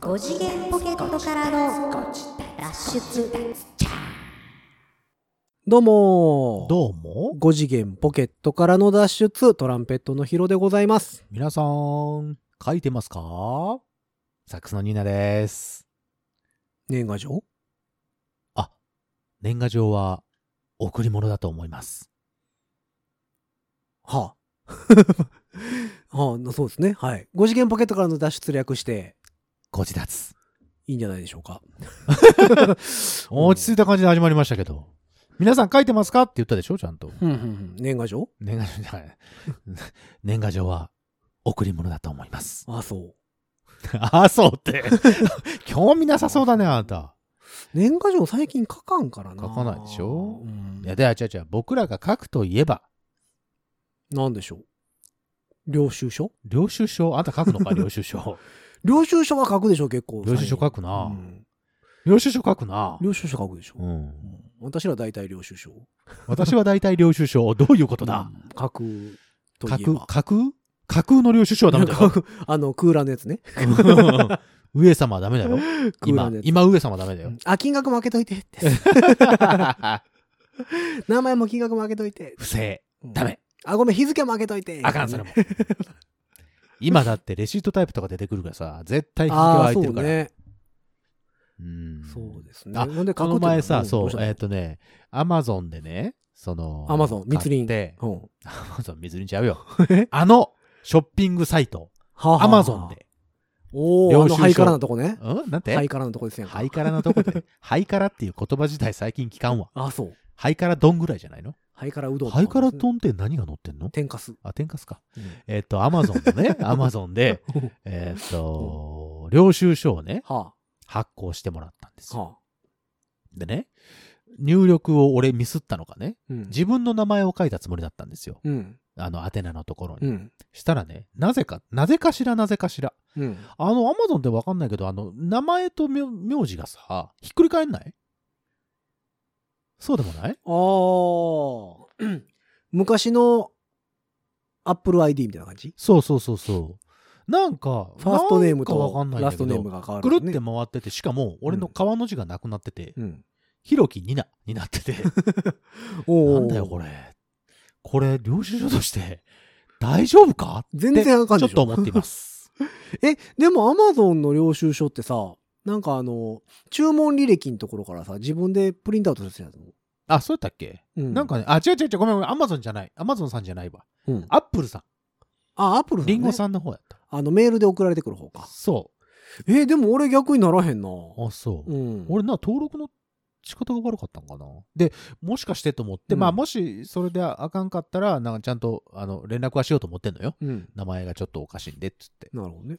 5次元ポケットからの脱出どうもどうも5次元ポケットからの脱出、トランペットのヒロでございます。皆さん、書いてますかサックスのニーナです。年賀状年賀状は、贈り物だと思います。はあ。 はあ、そうですね。はい。5次元ポケットからの脱出略してご自立。いいんじゃないでしょうか。 落ち着いた感じで始まりましたけど。皆さん書いてますかって言ったでしょちゃんと。うんうんうん。年賀状年賀状じゃない。 年賀状は、贈り物だと思います。あ、そう。 あ、そうって。 興味なさそうだね、あなた。年賀状最近書かんからな。書かないでしょうんい。や、では、違う違う。僕らが書くといえば、なんでしょう。領収書領収書、あんた書くの か、領収書。領収書は書くでしょ、結構。領収書書くうな。ん領収書書くな。領収書書くでしょ。う。うん私ら大体領収書。私は大体領収書。どういうことだうん書くと架いえ空ば。架空架空の領収書はダメだ いやよ書。くあの、空欄のやつね。うん上様はダメだ よ。空今欄の、やつ。今上様はダ メだよ。あ、金額も開けといて って。名前も金額も開けといて。不正。うんダメ。あ、ごめん、日付も開けといて。あかん、それも。も。今だってレシートタイプとか出てくるからさ、絶対引きはあ空あ、いそてうるから。ね。うんそうですね。あほんでこの前さ、そう、えっえとね、アマゾンでね、その、アマゾン、密林。で、うんはアマゾン密林ちゃ うよ。あの、ショッピングサイト、あはあアマゾン。で。おお、あ領収の、書ハイカラなとこね。うんなんてハイカラなとこですね。ハイカラなとこで、ハイカラっていう言葉自体最近聞かんわ。あ、そう。ハイカラ丼ぐらいじゃないのハイカラうどんとかハね。イカラ丼って何が乗ってんの天かす。あ、天かすか。うんえっと、アマゾン のね、アマゾンで、えっと、領収書をね、は発行してもらったんですあ。よ。はあ。でね、入力を俺ミスったのかね、うん。自分の名前を書いたつもりだったんですよ。うん。あの、宛名のところうに。ん。したらね、なぜか、なぜかしらなぜかしら。うん。あの、アマゾンってわかんないけど、あの、名前と名名字がさ、ひっくり返んないそうでもないああ。 昔のアップル ID みたいな感じそうそうそうそう。なんか、ファーストネームなんかわとかんないんラだスけどトネームが変わるぐんるでっすね、て回ってて、しかも俺の川の字がなくなってて、うん。ひろきになになってて、 おーなんだよこれ。これ、領収書として大丈夫か全然あかんちょでっしょ。と思って います。え、でもアマゾンの領収書ってさ、なんかあの、注文履歴のところからさ、自分でプリントアウトするやつ。あ、そうやったっけ、うん。なん、かね、あ、違う違う違う、ごめんごめん、アマゾンじゃない。アマゾンさんじゃないわ。うん、アップルさあ、アップルん。リンゴんね。さんの方やった。あの、メールで送られてくる方か。そえ、でも俺逆にならへんな。う。あ、そう。うん。俺な登録の仕方が悪かったんかなでもしかしてと思って、うんまあもしそれであかんかったらなんかちゃんとあの連絡はしようと思ってんのようん。名前がちょっとおかしいんでっつってっなるほどね。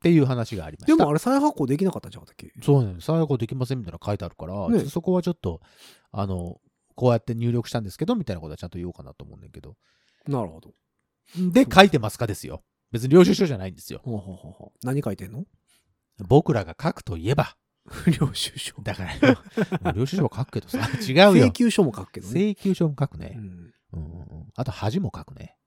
ていう話がありましでたもあれ再発行できなかったんじゃなかったっけそうね最後できませんみたいなの書いてあるから、ねそこはちょっとあのこうやって入力したんですけどみたいなことはちゃんと言おうかなと思うんだけどなるほど。で書いてますかですよ別に領収書じゃないんですよほうほうほうほう何書いてん の僕らが書くといえば領収 書。だから領収書は書くけどさ違う請よ求書も書くけどね。請求書も書くね、うんうんうんうんあと恥も書くね。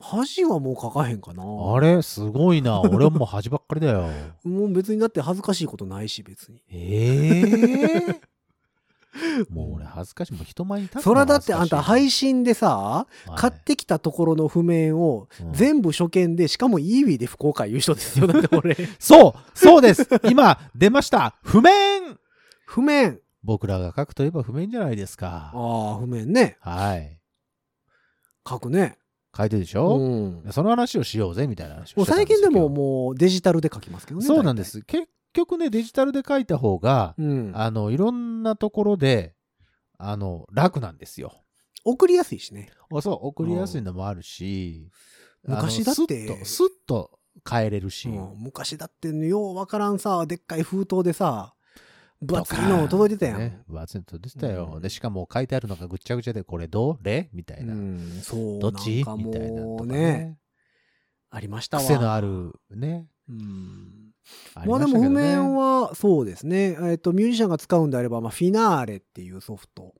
恥はもう書かへんかな。あれすご いな。俺はもう恥ばっかりだよ。もう別にだって恥ずかしいことないし、別に。ええ もう俺恥ずかしい。もう人前に立つのそらだってあんた配信信でさ、買ってきたところの譜面を全部初見で、しかも EV で不公開言う人ですよ。だって 俺、そうそうです今出ました譜面譜面。僕らが書くといえば譜面じゃないですか。ああ、譜面ね。はい。書くね。書いてるでしうょ、ん。その話をしようぜみたいな話もをうしてた最んです近よでももうデジタルで書きますけど今ね。日そうなんで。す。結局ね、デジタルで書いた方が、うん。あの、いろんなところで、あの、楽なんですよ。送りやすいしね。あそう、送りやすいのもあるし、あの昔だってスッと、スッと変えれるし、うん昔だってようわからんさ、でっかい封筒でさ、分厚いドカーンの届いてたやねん。分厚いの届いてたよ。うんで、しかも書いてあるのがぐっちゃぐちゃで、これどれみたいな。うん、そう。どっちなんかみたいなもとうかね、ね。ありましたわ。癖のあるね。うん。ありまあまでしもたけ譜どね面はそうですね、えっとミュージシャンが使うんであれば、まあ、フィナーレっていうソフト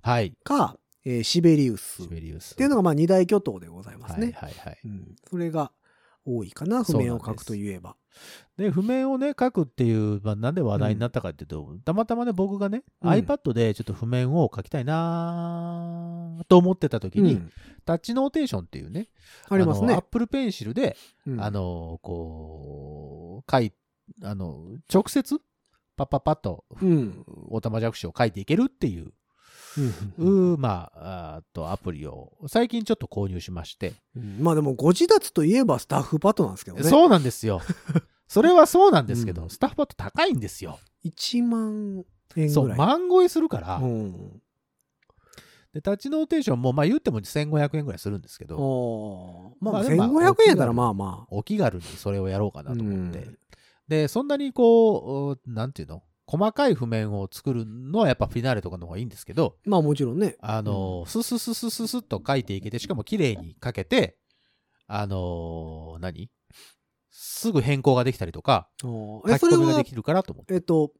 はい。か、えーシベリウスっシベリウス。っていうのがまあ二大巨頭でございますね、はいはいはい。うん、それが多いかな、譜面を書くといえば。で、譜面をね、書くっていう、まあ、なんで話題になったかっていうと、たまたまね、僕がね、うん iPad でちょっと譜面を書きたいなーと思ってた時に、うんタッチノーテーションっていうね、ありますね。 Apple Pencil で、うんあの、こう、書い、あの、直接、パッパッパッと、うんオタマジャクシを書いていけるっていう、うんうまあ、あーっと、アプリを、最近ちょっと購入しまして、うんまあでも、ご自立といえばスタッフパッドなんですけどね。そうなんで すよ。それはそうなんですけど、うんスタッフパッド高いんですよ。 1万円そぐう、らい。万超えするから、うん。で、タッチノーテーションも、まあ言っても1500円ぐらいするんですけど、おーままあ、あでも1500円やったらまあまあ。お気軽にそれをやろうかなと思って。うんで、そんなにこう、おなんていうの細かい譜面を作るのはやっぱフィナーレとかの方がいいんですけど、まあもちろんね。あの、ススススススッと書いていけて、しかも綺麗に書けて、あのー何すぐ変更ができたりとか、おー書えきそれ込みがはで、きるからと思って。えっと、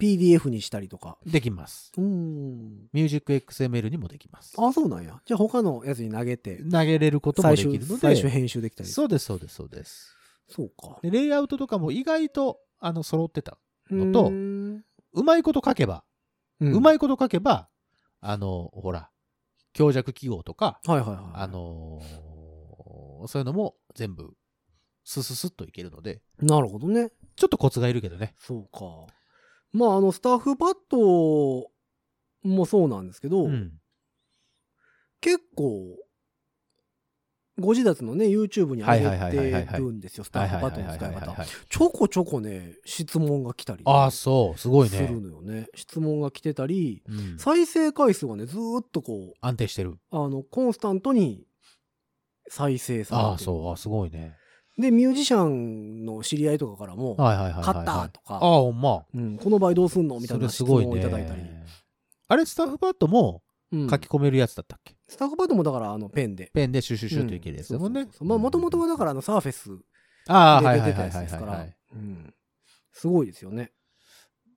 PDF にしたりとか。できます。うん。ミュージック XML にもできます。あ、そうなんや。じゃあ他のやつに投げて、投げれることも最できる終、ので、最終編集できたり。そうです、そうです、そうです。そうか。でレイアウトとかも意外と、あの、揃ってた。のとうんうまいこと書けば、うまいこと書けば、あの、ほら、強弱記号とか、はいはいはい。あ、のーそういうのも全部、スススッといけるので、なるほどね。ちょっとコツがいるけどね。そうか。まあ、あの、スタッフパッドもそうなんですけど、うん。結構、ご自立のね、YouTube にはいはいはいはい上はいげはているんですよ、スタはいッはいフはパいッドの使いはい方は。い。ちょこちょこね、質問が来たり。ああ、そう、すごいするね。のよね。質問が来てたり、うん再生回数がね、ずーっとこ安定してる。う、あの、コンスタントに再生されてるああ、そう、あすごいね。で、ミュージシャンの知り合いとかからも、はいはいはいはいはい。カッターとああ、か、ほんま。うん、この場合どうすんのみたいそなれ質すごい問をね。いただいたり。あれ、スタッフパッドもうん書き込めるやつだったっけ、スタッフパッドもだからあのペンで。ペンでシュシュシュといけるやつだもんうそねうそうそう。まあもともとはだからあのサーフェスああ、はで出いはいてたはやいつはいですはいかはらい。。うんすごいですよね。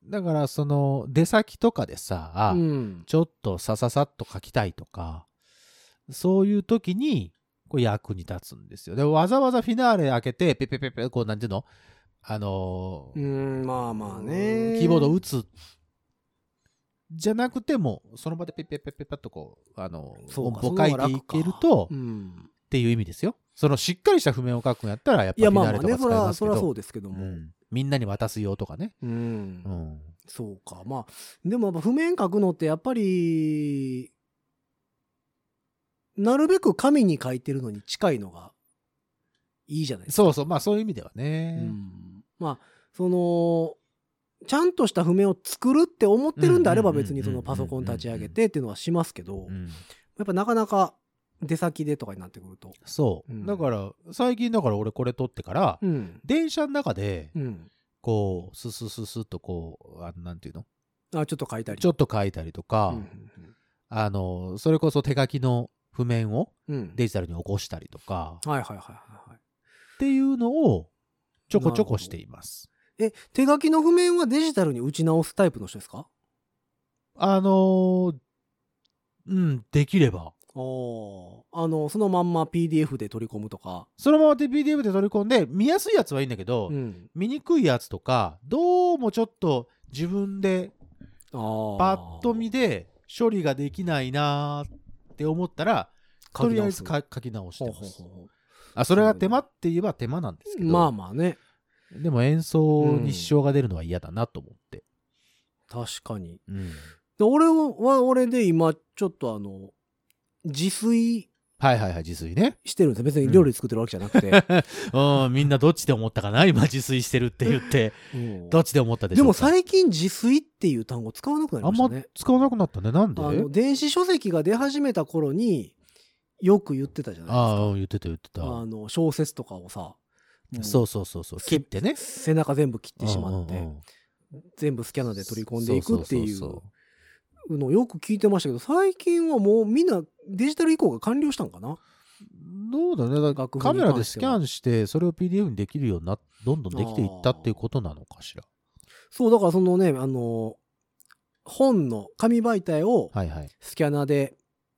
だから、その、出先とかでうさ、ん。ちょっとさささっと書きたいとか、そういう時に、こう役に立つんですよ。で、わざわざフィナーレ開けて、ペペペペ、こう、なんていうのあのうーん、まあまあね。キーボードを打つ。じゃなくても、その場でペペペペペッとこう、あのー、そうか音符書いていけると、うっん。ていう意味ですよ。その、しっかりした譜面を書くんやったら、やっいぱフやィまナあーまレあとね、そか使れいはますけそれはそどう、ですけどうも。んみんなに渡すよとかね。うんう。ん。そうか。まあ、でもやっぱ譜面書くのってやっぱり、なるべく紙に書いてるのに近いのがいいじゃないですか。そうそう、まあそういう意味ではうね。んまあそのちゃんとした譜面を作るって思ってるんであればうんうんうんう別んにそのパソコン立ち上げてっていうのはしますけど、うやんっぱなかなか出先でとかになってくると。そう、うんだから、最近だから俺これ撮ってから、うん電車の中で、うん、こう、ススススッとこう、あのなんていうのあちょっと書いたり。ちょっと書いたりとか、うんあの、それこそ手書きの譜面をうんうんデジタルに起こしたりとか、はいはいはいはいはい。っていうのをちょこちょこしています。え手書きの譜面はデジタルに打ち直すタイプの人ですかあのーうん、できれば。おーあのそのまんま PDF で取り込むとか。そのままで PDF で取り込んで、見やすいやつはいいんだけど、ん、見にくいやつとか、どうもちょっと自分であーパッと見で処理ができないなーって思ったら、と書きりあえ直ずすか書き直してほうまほうすほう。ほあ、それが手間って言えば手間なんですけうど、まあまあねでも演奏に支障が出るのは嫌だなと思って。確かに。うんで俺は俺で今ちょっとあの自炊はいはいはい、自炊ね。してるんですよ別に料理作ってるわけじゃなく て、うん、みんなどっちで思ったかな今自炊してるって言 って、うんどっちで思ったでしでょうもか最近自炊っていう単語使わなくなりあまんしたまね使わなくなったね。なんあでの電子書籍が出始めた頃によく言ってたじゃないああ、でうん言ってた言ってすたか。あの小説とかをさそううそうそうそう。切ってね。背中全部切ってしまっうんうてんうん全部スキャナーで取り込んでいくっていそうそうそううそうのをよく聞いてましたけど最近はもうみんなデジタル移行が完了したんかなどうだね。だから楽譜に関してはカメラでスキャンして、それを PDF にできるようにな、どんどんできていったっていうことなのかしら。そうだからそのねあの本の紙媒体をはいはい。スキャナーで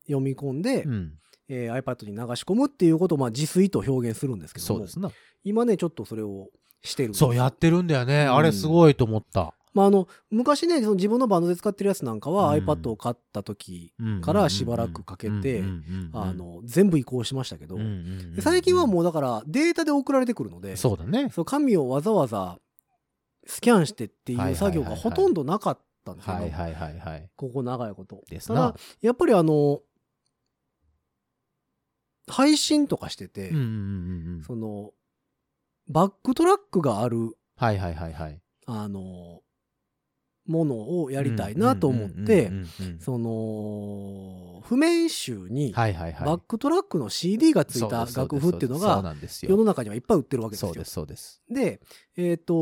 読み込んで、うん。えー iPad に流し込むっていうことを、まあ、自炊と表現するんですけどもそうですな。今ねちょっとそれをしてるんですそう、やってるんだよね。うんあれすごいと思った。まあ、あの昔ねその自分のバンドで使ってるやつなんかは、うん iPad を買った時うんからしばらくかけて、うんあ、の全部移行しましたけど、うんうんうんで最近はもうだからデータで送られてくるのでそうだね。その紙をわざわざスキャンしてってはいいうはいはいはい作業がほとんどなかったんですよ、はいはいはいはい。ここ長いこと。ですたなだ。やっぱりあの配信とかしてて、うんうんうんうん。そのバックトラックがあるはいはいはいはい。あのものをやりたいなと思っうてんうんうんうんうんその譜面集にはいはいはい。バックトラックの CD がついた楽譜っていうのそうがなんです世のよ。中にはいっぱい売ってるわけですそよう。ですそうです。で、えっ、と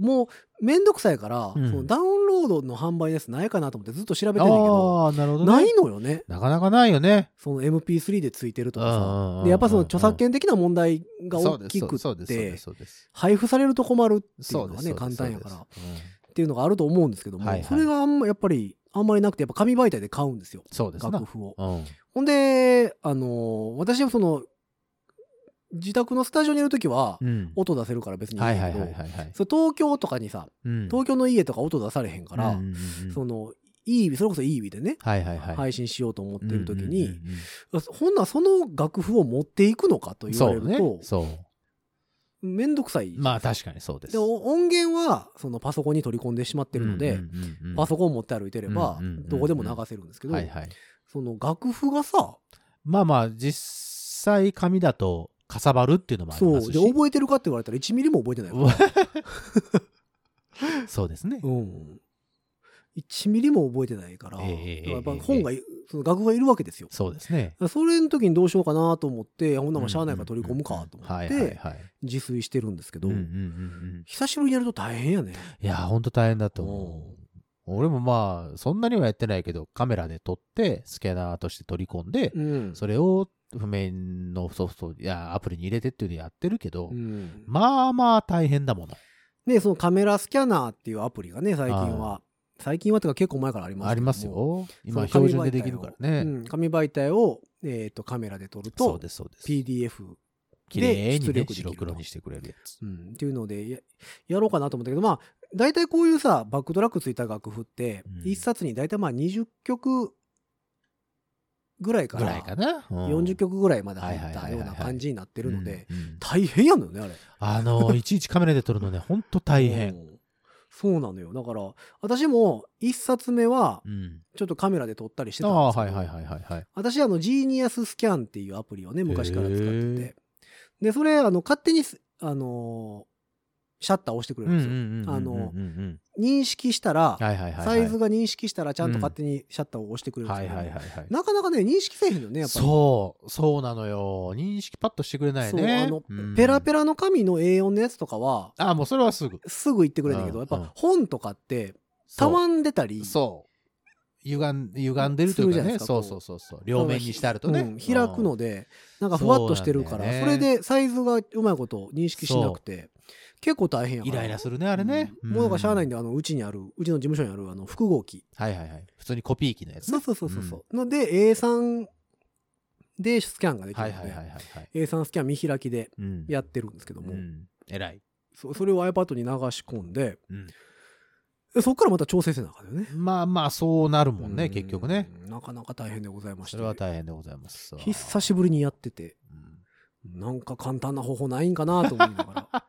もうめんどくさいから、うんそのダウンロードの販売のやつないかなと思ってずっと調べてんだけど、ああ、なるほどなねい。のよね。なかなかないよね。その MP3 でついてるとかうんうんうんさ。うんで、やっぱその著作権的な問題が大きくそうっですそうでてす、そうです配布されると困るっていそのううでがす。ね、簡単やから。そうっです。うんていうのがあると思うんですけども、はいはいそれがあんま、やっぱり、あんまりなくて、やっぱ紙媒体で買うんですよ。そうですな楽。譜を。うん。ほんで、あのー私はその、自宅のスタジオにいるときは、うん音出せるから別にいいんはだいけど、はいはいはいはい。そう東京とかにさうん東京の家とか音出されへんから、うんうんうんうんそのいい意味それこそいい意味でね、はいはいはい。配信しようと思ってる時に、うんうんうんうんほんならその楽譜を持っていくのかと言われるとそうね。面倒、くさい、そう。まあ確かにそうです。でお音源はそのパソコンに取り込んでしまってるので、うんうんうんうんパソコン持って歩いてれば、うんうんうんどこでも流せるんですけど、はいはい。その楽譜がさまあまあ、実際紙だとかさばるっていうのもありそまうすでし。覚えてるかって言われたら1ミリも覚えてないから、そうですね。うん、1ミリも覚えてないから、ええええやっぱ本がい、その楽譜がいるわけですよそうですね。それの時にどうしようかなと思って、ほんならしゃあないから取り込むかと思はっいはいて、はい。自炊してるんですけうどんうんう、ん久しぶりにやると大変やね。うんいや、ほんと大変だと思う。俺もまあ、そんなにはやってないけど、カメラで撮って、スキャナーとして取り込んで、うん。それを譜面のソフトやアプリに入れてっていうのやってるけど、うんまあまあ大変だもの。で、そのカメラスキャナーっていうアプリがね、最近は。最近はっていうか結構前からありますあけりどもます。よ。そ今、の紙標準媒体をでできるからね。うん紙媒体を、えっと、カメラで撮るそうと、です、そうです。 PDF、綺麗出に力ねできる白と黒にしてくれるやつ。うん、っていうのでや、やろうかなと思ったけど、まあ、大体こういうさ、バックトラックついた楽譜ってうん、一冊に大体まあ20曲ぐらいかぐららいかな。うん40曲ぐらいまで入はっいはいはたいよはういな感じになってるので、うんうん大変やのよねあれあの、いちいちカメラで撮るのね、ほんと大う変。んそうなのよだから私も一冊目はうん。ちょっとカメラで撮ったりしてあたんですけあー、ど、はいはいはいはいはい。私あのジーニアススキャンっていうアプリをね昔から使ってへてでそれあの勝手にすあのーシャッター押してくれるんですよ、あのうんうんうん認識したら、はいはいはいはい。サイズが認識したらちゃんと勝手にシャッターを押してくれるんですはけいど、はいはいはい。なかなかね認識せえへんよねやっぱりそう、そうなのよ。認識パッとしてくれないそうねあの。うんペラペラの紙の A4 のやつとかはああ、もうそれはすぐ。すぐ言ってくれんだけど、うやんっぱ本とかって、そたうまんでたり、そう。歪ん歪んでるとすいうるじゃかないですね。かそうそうそうそう。両面にしてあるとね。うん開くのうんで、なんかふわっとしてるから、そ,、そうなれんだよねでサイズがうまいこと認識しなくて、結構大変やかイら。ライラするね、あれね。うんもうなんかしゃあないんだ。で、あの、うちにある、うちの事務所にある、あの、複合機。はいはいはい。普通にコピー機のやつそうね。そうそうそうそう。ので、A3 でスキャンができるはのいで、はいはいはいはい。 A3 スキャン見開きでうん。やってるんですけども、うん。偉い。そそれを iPad に流し込んで、うんでそっからまた調整せなあかんよね。まあまあ、そうなるもんね、結局ね。うん。なかなか大変でございましたそれは大変でございます。久しぶりにやってて、うんなんか簡単な方法ないんかなと思いなが ら、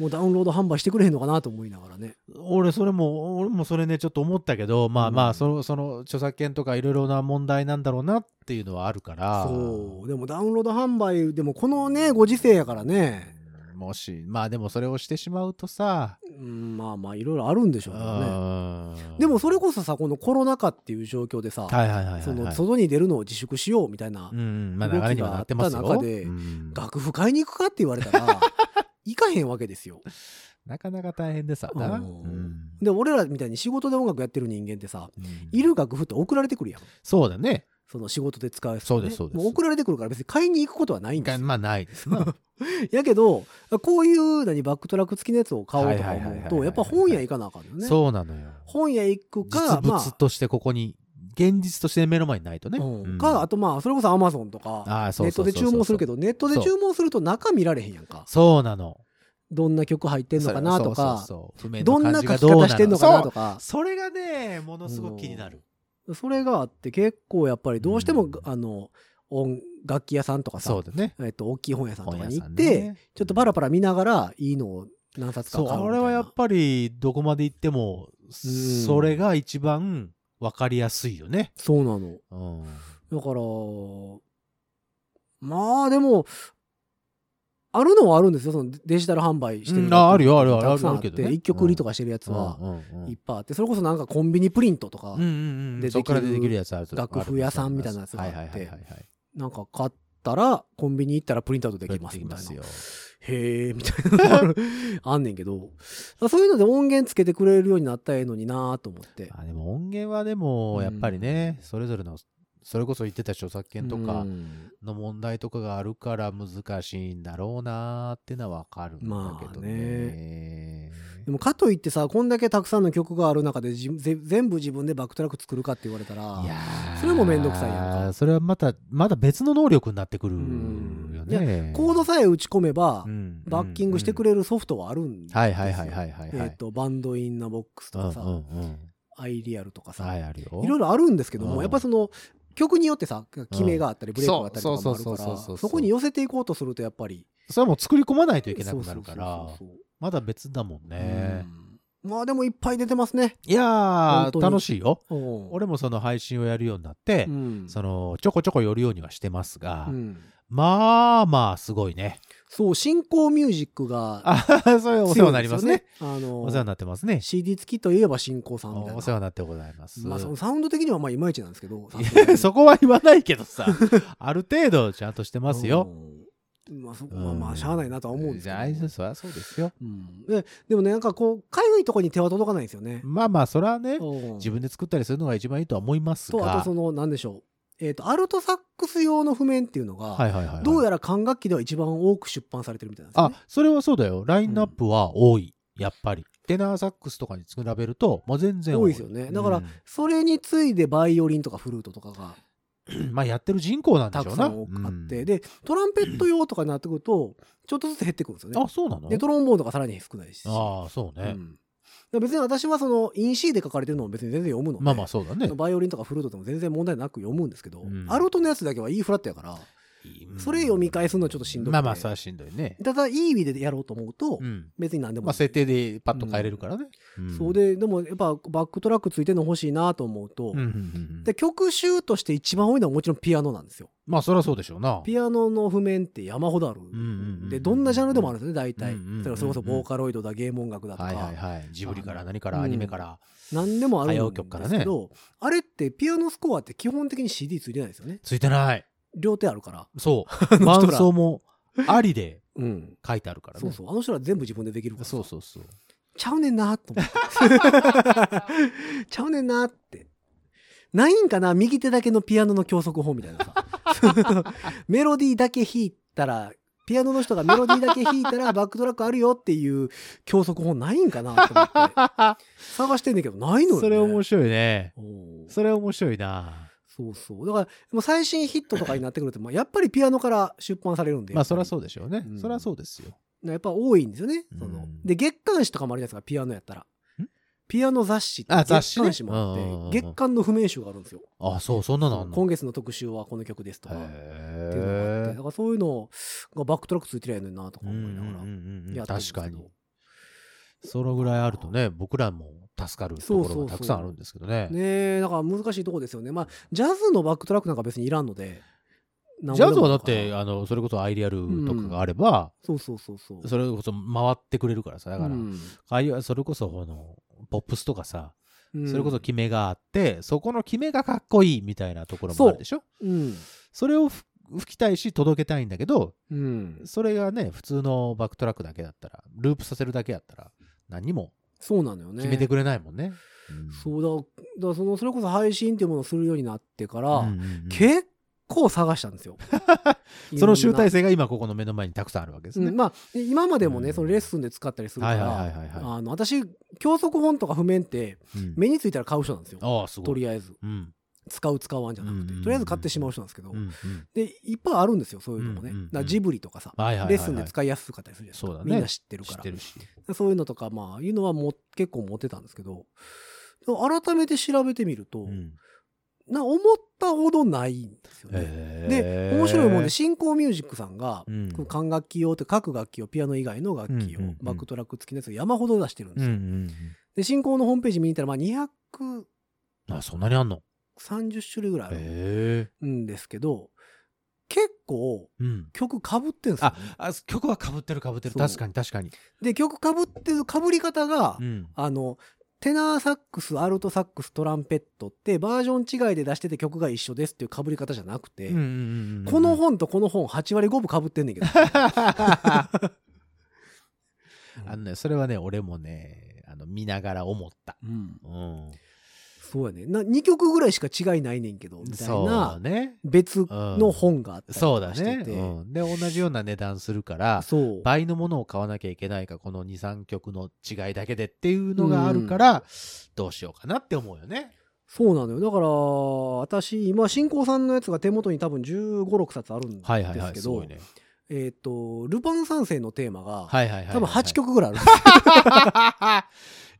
もうダウンロード販売してくれへんのかなと思いながらね。俺、それも、俺もそれね、ちょっと思ったけど、まあうまあ、んその、その、著作権とかいろいろな問題なんだろうなっていうのはあるから。そう。でもダウンロード販売、でもこのね、ご時世やからね、うんもし、まあでもそれをしてしまうとさ、うん、まあまあいろいろあるんでしょうけどね。うんでもそれこそさ、このコロナ禍っていう状況でさ、はいはいはいはいはい。その外に出るのを自粛しようみたいなう、ん、まあ流れにはなってますよ。動きがあった中でうん楽譜買いに行くかって言われたら、行かへんわけですよ。なかなか大変でさ、な。うんうんで、俺らみたいに仕事で音楽やってる人間ってさ、いる楽譜って送られてくるやん。そうだね。その仕事で使うやつねそうですそうですもう送られてくるから別に買いに行くことはないんですよがまあないですな。やけど、こういう何バックトラック付きのやつを買おうとかはいはいはい思はいうはいはと、いやっぱ本屋行かなあかんよね。そうなのよ。本屋行くか、実ま物あ、としてここに現実として目の前にないとね。うん、か、あとまあ、それこそアマゾンとか、ああ、ネットで注文するけど。ど、ネットで注文すると中見られへんやんか。そうなの。どんな曲入ってんのかなとか、そうそうそう譜面どんのな感じ書きがどうな方してんのかなとか。かそう、それがね、ものすごく気になる。それがあって、結構やっぱりどうしても、うんあの、音、楽器屋さんとかそさう、だね。えっと、大きい本屋さんと本か屋にさ行っんて、ねちょっとパラパラ見ながらいいのを何冊かそう、買うみたいな。あれはやっぱり、どこまで行っても、それが一番分かりやすいよね。そうなの。うん。だから、まあでも、あるのはあるんですよ。そのデデジタル販売してうる。んああるよあるよあるたくさんあっあるけどて、ね一曲売りとかしてるやつはうんうんうんいっぱいあって、それこそなんかコンビニプリントとかうんう、んうんでそっから出てくるやつあると楽譜屋さんみたいなやつがあってはいはいはいはいはいなんか買ったら、コンビニ行ったらプリントアウトできますできみたまいすな。よ。へえ、みたい なのがあんねんけど、そういうので音源つけてくれるようになったらええのになぁと思って。あでも音源はでもやっぱりね、それぞれのそれこそ言ってた著作権とかうんの問題とかがあるから難しいんだろうなーってのはわかるんだけどね。でもかといってさ、こんだけたくさんの曲がある中でじぜ全部自分でバックトラック作るかって言われたら、いやーそれもめんどくさいやんかそれはまたまた別の能力になってくるうんよいねや。コードさえ打ち込めば、うんバッキングしてくる。れるソフトはあるんですよ。はいはいはいはいはいはいえっと、バンドインナボックスとうんうんかうさ、ん。アイリアルとかさ、、はいいあるよ。ろいろあるんですけどうも、んやっぱその、曲によってさ、決めがあったり、ブレイクがあったりとかもあるかそうそうそうそうら、そうそそうこに寄せていこうとすると、やっぱり。それはもう作り込まないといけなくなるからそうそうそうそうまだ別だもんね。うんまあでもいっぱい出てますね。いや本当にー楽しいよ。うん俺もその配信をやるようになって、うんそのちょこちょこ寄るようにはしてますが、うんまあまあすごいね。そう、新興ミュージックがあ それお世話になりますね。強いんですよね。お世話あにの、なってますね。 CD 付きといえば新興さんみたいな。お世話になってございます。まあ、そのサウンド的にはまあいまいちなんですけど。い やそこは言わないけどさ、ある程度ちゃんとしてますよ。うん。まあ、そこうんはまあ、しゃあないなとは思うんですじけゃど。あ、あいつそりゃそうですよ。うんででもね、なんかこう、かゆいとこに手は届かないんですよね。まあまあ、それはね、うん自分で作ったりするのが一番いいとは思いますと、あとがそ。の、なんでしょう。えっ、と、アルトサックス用の譜面っていうのが、はいはいはいはい。どうやら管楽器では一番多く出版されてるみたいなんですよあね。、それはそうだよ。ラインナップは多い。やっぱり。テナーサックスとかに比べると、もう全然多いですよね。だから、それに次いでバイオリンとかフルートとかがうんまあ、やってる人口なんでたしょくうさな。ん多くあって、うんで、トランペット用とかになってくると、 ちょっとずつ減ってくるんですよねあ、。そうなので、トロンボーンとかさらに少ないし。ああ、そううね。ん、で別に私はその、イン C で書かれてるのも別に全然読むのでまあまあ、そうだねその。バイオリンとかフルートでも全然問題なく読むんですけど、うんアルトのやつだけは E フラットやから、それ読み返すのはちょっとしんどくてまあまあ、それはしんどいね。ただいい意味でやろうと思うと、うん。別に何でもまあ、ない、設定でパッと変えれるからね。んそう。で、でもやっぱバックトラックついてるの欲しいなと思うと、うんうんうんうんで曲集として一番多いのはもちろんピアノなんですよ。まあ、そりゃそうでしょうな。ピアノの譜面って山ほどある。んうんうんで、どんなジャンルでもあるんですよね、大体。うんうんうんうんそれこそボーカロイドだ、ゲーム音楽だとはいはいか、はい。ジブリから何かうらんアニメから。何でもあるん歌謡曲かでらすけねど、あれってピアノスコアって基本的に CD ついてないですよね。ついてない。両 手あるから。そう。の人伴ら奏もありでうん。書いてあるからね。そうそう。あの人ら全部自分でできるから。そうそうそう。ちゃうねんなと思 って。ちゃうねんなって。ないんかな右手だけのピアノの教則法みたいな さ。メロディーだけ弾いたら、ピアノの人がメロディーだけ弾いたらバックトラックあるよっていう教則法ないんかなと思って。探してんねんけど、ないのよ、ね。それ面白いね。おーそれ面白いな。そうそう。だから、もう最新ヒットとかになってくると、まあ、やっぱりピアノから出版されるんで。。まあそりゃそううでしょうねう。んそりゃそうですよ。やっぱ多いんですよね。そのうんで、月刊誌とかもあるじゃないですか、ピアノやったらん。ピアノ雑誌ってあ雑月誌ね刊誌もあって、うんうんうんうん月刊の譜面集があるんですよ。あ、そう、そんなのあんの今月の特集はこの曲ですとか。っていうのがあって、だへからそういうのがバックトラックついてりゃいいのになとかうんう思いんながらうんうやんってるんです確けどかに。そのぐらいあるとね、僕らも助かるとこそうそうろそがうたくさんあるんですけどね。ねえ、だから難しいとこですよね。まあ、ジャズのバックトラックなんか別にいらんので。ジャズはなんだっぼでもて、かなあの、それこそアイリアルとかがあれば、そうそうそうそう。それこそ回ってくれるからさ、だからう、んああいう、それこそ、この、ポップスとかさ、うんそれこそ決めがあって、そこの決めがかっこいいみたいなところもあるでしょうん。それをふ吹きたいし届けたいんだけど、うん。それがね、普通のバックトラックだけだったら、ループさせるだけだったら、何にもそうなのよね。決めてくれないもんね。そうだ、だからその、それこそ配信っていうものをするようになってかうら、んうんうん。結構探したんですよ その集大成成が今ここの目の前にたくさんあるわけですね。まあ、今までもうね、んそのレッスンで使ったりするかはいはいはいはいら、あの、私、教則本とか譜面って、うん目についたら買う人なんですよ。ああ、すごい。とりあえず。うん使う使わんじゃなくて、うんとりあえず買ってしまう人なんですけど、うんうんでいっぱいあるんですよそういうのもね、うんうんうんだからジブリとかさ、はいはいはいはいレッスンで使いやすかったりするじゃないですかそうだねみんな知ってる知かっらてるし。そういうのとかまあいうのはもう結構持ってたんですけど改めて調べてみると、うんな思ったほどないんですよね。で面白いもんで、新興ミュージックさんが、うんこう管楽器用って各楽器をピアノ以外の楽器を、うんうんうんバックトラック付きのやつを山ほど出してるんでうすんうよ。んで新興のホームページ見に行ったらまあうん、あそんなにあんの230種類ぐらいあるへえ。んですけど、結構うん。曲かぶってんすよ、ね。あ曲はかぶってるかぶってるそう確かに確かに。で曲かぶってるかぶり方が、うんあのテナーサックスアルトサックストランペットってバージョン違いで出してて曲が一緒ですっていうかぶり方じゃなくて、うんうんうんうん、この 本とこの本8割5分かぶってんねんけど。あのねそれはね俺もねあの見ながら思った。うんうん、そうやねな2曲ぐらいしか違いないねんけどみたいそうなね。別の本があったりそうとだかねし、ててうん。で同じような値段するからそう倍のものを買わなきゃいけないかこの23曲の違いだけでっていうのがあるからどうしようかなって思うよね。そうなのよだから私今新興さんのやつが手元に多分1 5 6冊あるんですけど、はいはいはい。すごいね。えっ、と「ルパン三世」のテーマが、はいはいはいはい。多分8曲ぐらいあるんですよ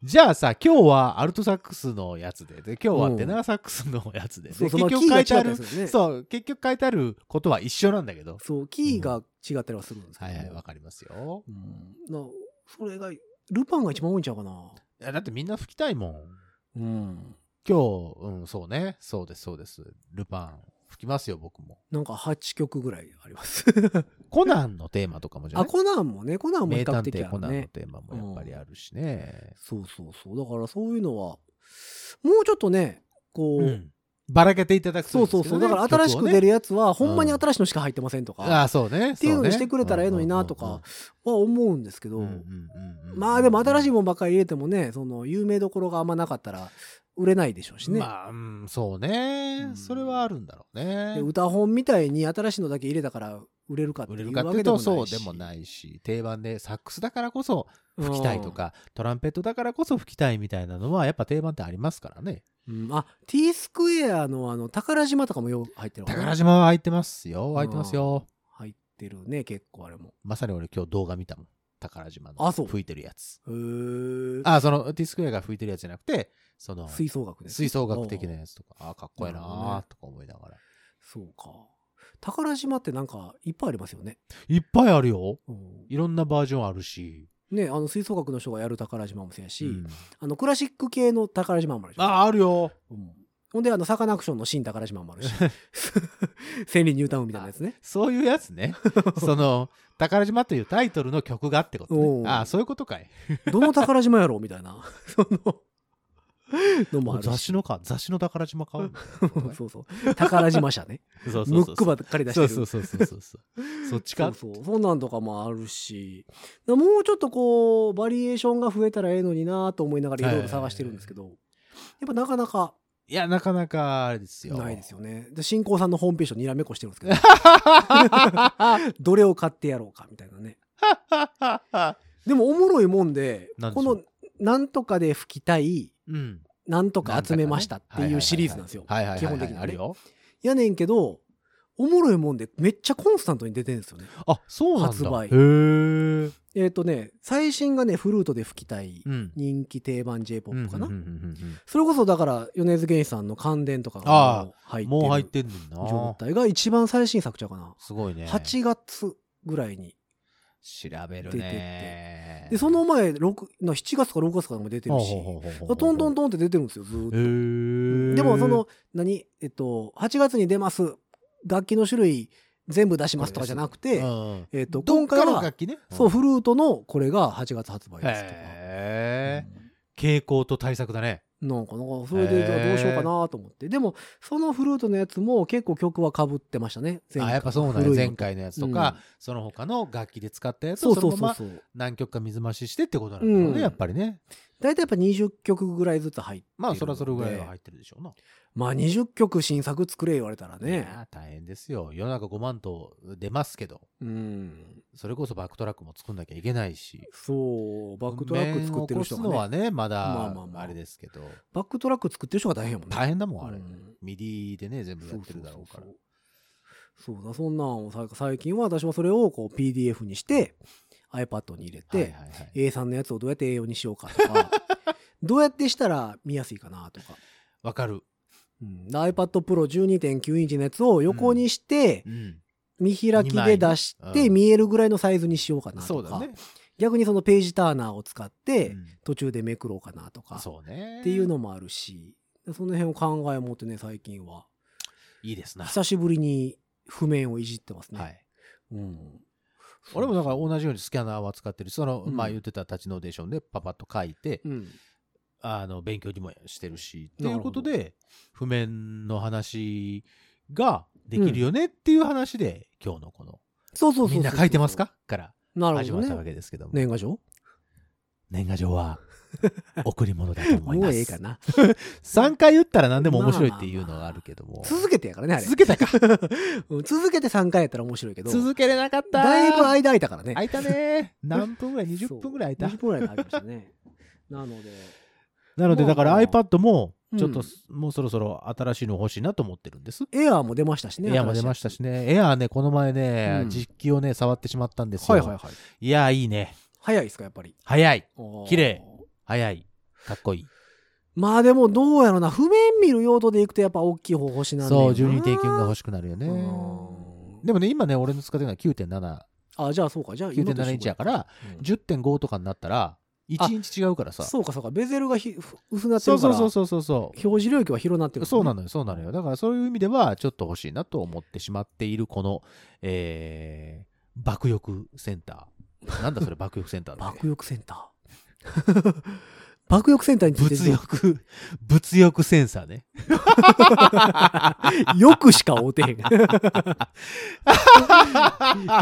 じゃあさ、今日はアルトサックスのやつで、で今日はテナーサックスのやつで、でそうそ結の局キー書が違いってたありるす、るねそう、結局書いてあることは一緒なんだけど。そうキーが違ったりはするんですけど、はいはい、わかりますよ。うんなそれがルパンが一番多いんちゃうかな、いやだってみんな吹きたいもん。うん、今日、うん、そうね。そうです、そうです。ルパン、吹きますよ、僕も。なんか8曲ぐらいありますコナンのテーマとかもじゃあないコナンもねコナンも比名較探的偵あるコナンのねテーマもやっぱりあるしね。そうそうそうだからそういうのはもうちょっとねこう、うんばらけていただくといそいうですそうそけどう、ねだから新しく出るやつは、曲をねほんまに新しいのしか入ってませんとあか、あ、そうね。っていうそのねにしてくれたらええのになとかは思うんですけうんどうんうん、うんうんまあでも新しいももんばっかり入れてもね、その有名どころがあんまなかったら売れないでしょうしね。まあ、うん、そうね、うんそれはあるんだろうねで。歌本みたいに新しいのだけ入れたから売れるかって売いれるうかっわていけでうもなといし。そうでもないし定番でサックスだからこそ吹きたいとか、トランペットだからこそ吹きたいみたいなのはやっぱ定番ってありますからねうん。うんあ、T スクエアのあの、宝島とかもよう入ってるのかな宝島は空いてますよ空いてますよ、入ってるね、結構あれも。まさに俺今日動画見たもん宝島のあそう吹いてるやつへーあその T スクエアが吹いてるやつじゃなくてその吹奏楽です。吹奏楽的なやつとかあかっこいいななるほどーねとか思いながらそうか。宝島ってなんかいっぱいありますよね。いっぱいあるようんいろんなバージョンあるし、ね、あの吹奏楽の人がやる宝島もそうやし、うんあのクラシック系の宝島もあるし、ああるようんほんであのサカナクションの新宝島も あるし千里ニュータウンみたいなやつねそういうやつね。 その、宝島というタイトルの曲がってこと、おうね。ああ、そういうことかい。どの宝島やろうみたいな そののもあるし雑誌のか、雑誌の宝島買う そうそう宝島社ねそうムックばっかり出してそるうそうそうそうそうそう。そっちそかうそうそんなんとかもあるしだからもうちょっとこうバリエーションが増えたらええのになと思いながらいろいろ探してるんですけど、やっぱなかなかいや、なかなかあれですよ。ないですよね。で、新興さんのホームページをにらめっこしてるんですけど、 どれを買ってやろうかみたいなね。でもおもろいもんで、なんでこしょうのなんとかで吹きたい、 うん。なんとか集めましたっていうシリーズなんですよ。はいはいはいはい基本的にはねあるよ。やねんけど、おもろいもんでめっちゃコンスタントに出てるんですよね。あ、そうなんだ。発売へえ。えっ、とね、最新がね、フルートで吹きたい、うん。人気定番 J-POP かな。うんうんうんうんそれこそだから、米津玄師さんの関電とかあがあもう入っうんてるもう入ってんねん状な。態が一番最新作ちゃうかな。すごいね。 8月ぐらいに調べるね。で、その前、六な7月か6月からも出てるし、ほうほうほうほうほうトントントンって出てるんですよ、ずーっと。へえでも、その、何えっと、8月に出ます、楽器の種類全部出しますとかじゃなくて、うんえっと、どっ今か回のは、楽器ね。そう、フルートのこれが8月発売ですとか。へえ。傾向と対策だね。なんか、なんか、それでじゃあどうしようかなと思って。でも、そのフルートのやつも結構曲は被ってましたね。前あ回やっぱそうなんや古いの前回のやつとか、うんその他の楽器で使ったやつそをうそそのうまそうまそう。何曲か水増ししてってことなんだろうね、うんやっぱりね。大体やっぱ20曲ぐらいずつ入ってるまあ、そらそれぐらいはので入ってるでしょうな。まあ20曲新作作れ言われたらねいや大変ですよ。世の中5万と出ますけど、うんそれこそバックトラックも作んなきゃいけないし。そうバックトラック作ってる人面を起こすのが、はね、ね、ままあまあだまああれですけど、バックトラック作ってる人が大変やもんね大変だもん、あれうん。ミディでね、全部やってるだろうからそ。うそうそうそうだそんなんをさ最近は私もそれをこう PDF にして iPad に入れて、はいはいはい A さんのやつをどうやって A4 にしようかとか どうやってしたら見やすいかなとか、わかる。うん、で iPad Pro12.9 インチのやつを横にして、うん。見開きで出し二枚てうん見えるぐらいのサイズにしようかなそとうか、だね。逆にそのページターナーを使ってうん途中でめくろうかなとかそうね。っていうのもあるしその辺を考えを持ってね最近はいいですな。久しぶりに譜面をいじってますね、はい。うん、俺もだから同じようにスキャナーは使ってるしその、うんまあ言ってた立ちノーデーションでパパッと書いて、うん、あの勉強にもしてるしってないるうほこどとで譜面の話ができるよねっていう話で、今日のこのそうそうそう「みんな書いてますか?」からなる始ほまったどわねけですけども、年賀状年賀状は贈り物だとも思いうま ええすかな3回打ったら何でも面白いっていうのがあるけども、続けてやからねあれ続けたか うん続けて3回やったら面白いけど続けれなかっただいぶ間空いたからね空いた ね何分ぐらいそう20分ぐらい空い20た分ぐらい空いましたねなのでなのでまあだからまあ iPad もちょっうともうそろそろ新しいの欲しいなと思ってるんですエアーも出ましたしねエアーも出ましたしね。エアーね、この前ね、うん実機をね、触ってしまったんですよ。はいはいはいい。やー、いいね。早いですかやっぱり早い。綺綺麗早い。かっこいい。まあでもどうやろな譜面見る用途でいくとやっぱ大きい方欲しなんだそう、よな12.9が欲しくなるよね。うんでもね、今ね、俺の使ってるのは9.7、あじゃあそうかじゃあ今と一緒9.7インチやから、うん10.5とかになったら、1インチ違うからさ。そうかそうかベゼルがひふ薄なってそるうかそうらそうそうそうそう。表示領域は広なってるからねそうなのよ、そうなのよ。だからそういう意味では、ちょっと欲しいなと思ってしまっている、この、えー、爆欲センター。なんだそれ、爆欲センターって。爆欲センター 爆欲センターについて物欲、物欲センサーね。よくしか会うてへん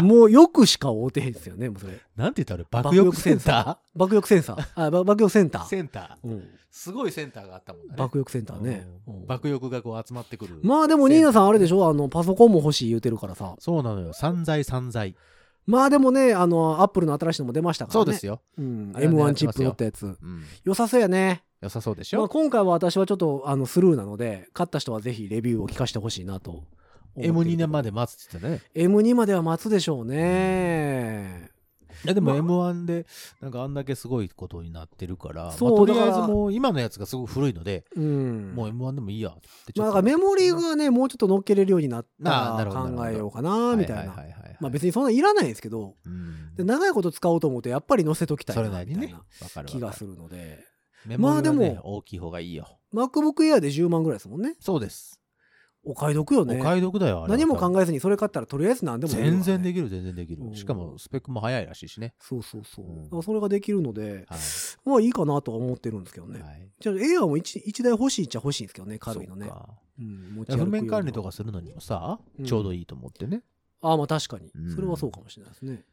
もうよくしか会うてへんですよねもうそれなんて言ったらあれ爆欲センタ爆欲センサーあば爆欲センターー、センター。うん、すごいセンターがあったもんね。爆欲センターね、うんうん爆欲がこう集まってくる。まあでもニーナさんあれでしょあのパソコンも欲しい言うてるからさそうなのよ。散財散財。まあでもねあのアップルの新しいのも出ましたからねそうですよ。うん、あれは狙って M1 ますチよップ乗ったやつうん。良さそうやね、良さそうでしまあ、ょ今回は私はちょっとあのスルーなので勝った人はぜひレビューを聞かせてほしいなと M2 年までで待つって言ってたね。 M2 までは待つでしょうね、いやでもまあ M1 で、なんかあんだけすごいことになってるから、まあそうとりあえだずからもう今のやつがすごい古いので、うんもう M1 でもいいやってちまあょだっからと。メモリーがねもうちょっと乗っけれるようになったあーなるらほどな考るほどえようかなみたいははなははまあ別にそんないらないですけどうんで長いこと使おうと思うとやっぱり乗せときたいそれななみりたにいねな。わかる気わがかする。るのでメモリはねまあでも大きい方がいいよ。 MacBook Air で10万ぐらいですもんねそうです。お買い得よねお買い得だよ。あれは何も考えずにそれ買ったらとりあえず何でもいいわね全然できる全然できうんるしかもスペックも早いらしいしねそうそうそう、うんだからそれができるのではい、まあいいかなとは思ってるんですけどね、はいじゃあ Air も 1, 台欲しいっちゃ欲しいんですけどね軽いのねそうかうん持ち歩くよう譜な面管理とかするのにもさうんちょうどいいと思ってねああまあ確かに、うんそれはそうかもしれないですね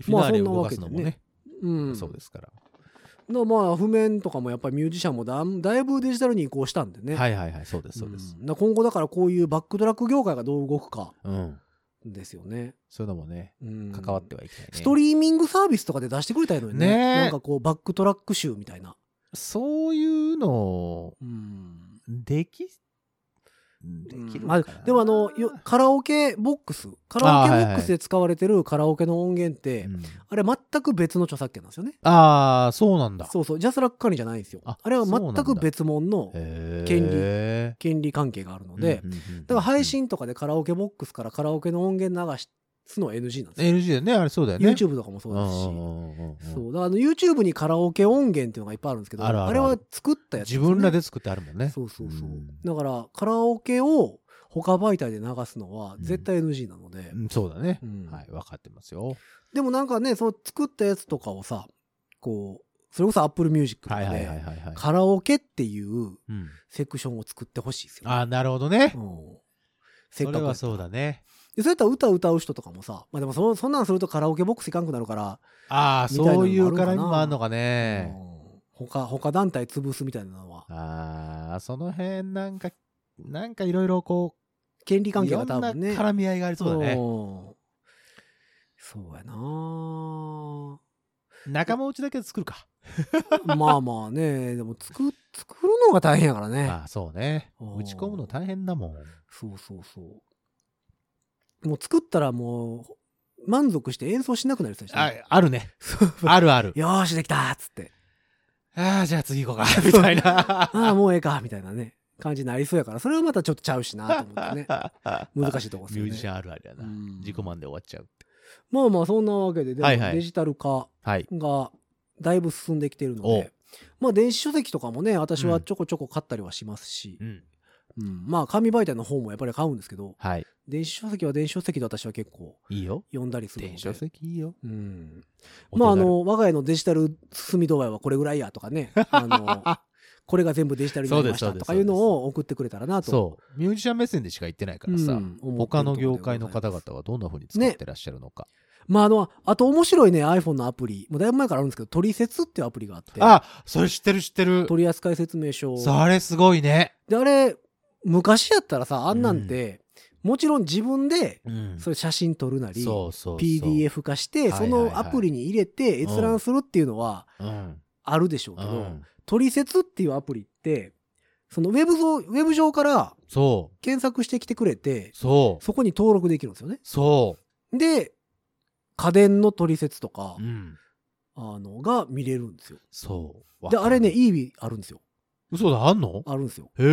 フィナーレを動かすのもまあねうんそうですからだまあ譜面とかもやっぱりミュージシャンもだんだいぶデジタルに移行したんでね、はいはいはいそうですそうですんだ今後だからこういうバックトラック業界がどう動くかうんですよね、そういうのもねうん関わってはいきたいねストリーミングサービスとかで出してくれたらいいのにねねえなんかこうバックトラック集みたいな、そういうのうんできできるうんあかなでもあのよカラオケボックスカラオケボックスで使われてるカラオケの音源って、うんあれ全く別の著作権なんですよねああそうなんだそうそうジャスラック管理じゃないんですよああれはそう全なんくだ別物のへえ権利権利関係があるので、うんうんうんうんだから配信とかでカラオケボックスからカラオケの音源流すのは NG なんですよ。 NG だよねあれそうだよね YouTube とかもそうですうんし。うんうんうんうんそう。だからあの YouTube にカラオケ音源っていうのがいっぱいあるんですけど、あるあるあるれは作ったやつ、自分ら。で作ってあるもんねそうそうそう。んだからカラオケを他媒体で流すのは絶対 NG なので、うんそうだね、うんはい分かってますよでもなんかね、その作ったやつとかをさ、こう、それこそ Apple Music とかはいはいはいで、はいはい、カラオケっていううん、セクションを作ってほしいですよね、ああなるほどねうん。せっかくやそれはったらそうだねでそうやったら歌歌う人とかもさ、まあでもそそんなんするとカラオケボックス行かんくなるから、ああみたいなのもあそういうるかな絡みもあるのかねうん他、他団体潰すみたいなのは、ああ、その辺なんか、なんかいろいろこ権利う、関い係ろがん多な分ね。絡み合いがありそうだね。うんそうやな あ仲間内だけで作るか。まあまあね、でも作、作るのが大変やからね。ああ、そうねうん。打ち込むの大変だもん。そうそうそう。もう作ったらもう、満足して演奏しなくなる人でしたあね。あるね。あるある。よーし、できたーっつって。ああ、じゃあ次行こうか。みたいな。。ああ、もうええか、みたいなね、感じになりそうやから、それはまたちょっとちゃうしなと思ってね 難しいとこっすミよュね。ージシャンあるあるやな。うん自己満で終わっちゃうって。まあまあ、そんなわけで、でもはいはいデジタル化はい。がだいぶ進んできてるのおで、まあ、電子書籍とかもね、私はちょこちょこ買ったりはしますしう、ん。うんまあ、紙媒体の方もやっぱり買うんですけど、はい。電子書籍は電子書籍で私は結構いいよ。読んだりするの電で。子書籍いいよ。うん。お手軽まあ、あ、の、我が家のデジタル進み度合いはこれぐらいやとか ね、あの、これが全部デジタルになりましそうたでとすかいうのを送ってくれたらなと。そう。ミュージシャン目線でしか言ってないからうさ。ん思って他るのところ業でござ界いまのす方々はどんな風に使ってらっしゃるのか。まあ、あの、あと面白いね、iPhone のアプリ、もうだいぶ前からあるんですけど、取説っていうアプリがあって、あ、それ知ってる知ってる。取扱説明書。それすごいね。で、あれ、昔やったらさ、あんなんて、もちろん自分で、うんそれ写真撮るなり、そうそうそう。 PDF 化して、はいはそいはいのアプリに入れて閲覧するっていうのはうん。あるでしょううけど、ん。トリセツっていうアプリって、そのウェブ上、ウェブ上からそ検索してきてくれてう。、そう。そこに登録できるんですよね。そで、家電のトリセツとかう。う、ん。あの、が見れるんですよ。そう。で、わかあるれね、。EV あるんですよ。嘘だ、あんのあるんですよ。へそう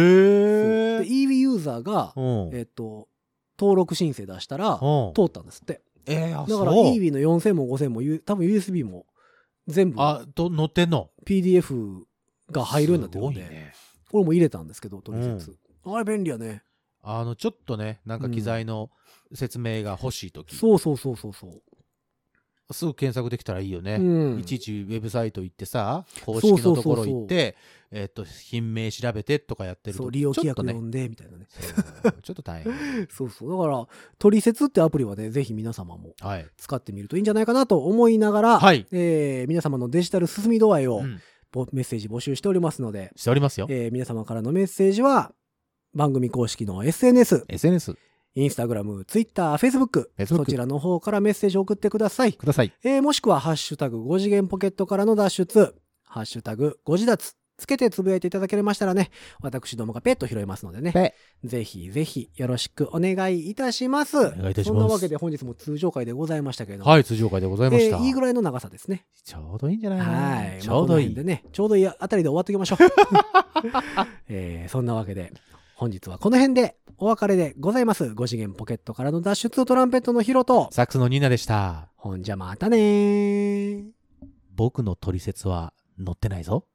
で、え。 EV ユーザーがう、ん。えっと、登録申請出したら、うん通ったんですって。えー、あ、だからそう EV の4000も5000も、ゆ多分 USB も、全部あ、と、乗ってんの PDF が入るようになってるんすごいで、ね。これも入れたんですけど、トリセツ。あれ便利やね。あの、ちょっとね、なんか機材の説明が欲しいとき、そうそうそうそうそう。すぐ検索できたらいいよね。うんいちいちウェブサイト行ってさ、公式のところ行って、えっと、品名調べてとかやってるそと、う、利用規ちょっと約ね読んで、みたいなね。 そうちょっと大変。そうそう。だから、トリセツってアプリはね、ぜひ皆様もはい。使ってみるといいんじゃないかなと思いながら、はいえー皆様のデジタル進み度合いを、うんぼメッセージ募集しておりますので、しておりますよ。えー皆様からのメッセージは、番組公式の SNS、 SNS インスタグラム、ツイッター、フェイスブック、 Facebook そちらの方からメッセージを送ってください。ください。えーもしくは、ハッシュタグ5次元ポケットからの脱出、ハッシュタグ5次脱、つけてつぶやいていただけましたらね、私どもがペッと拾いますのでね、ペぜひぜひよろしくお願いいたします。お願いいたしそますんなわけで本日も通常会でございましたけれども、はい、通常会でございましえた。ーいいぐらいの長さですね。ちょうどいいんじゃないはい。ちょうどまいあこの辺いで。ね、ちょうどいいあたりで終わっておきましょう。 えーそんなわけで、本日はこの辺でお別れでございます。5次元ポケットからの脱出トランペットのヒロと、サックスのニーナでした。ほんじゃまたねー。僕の取説は乗ってないぞ。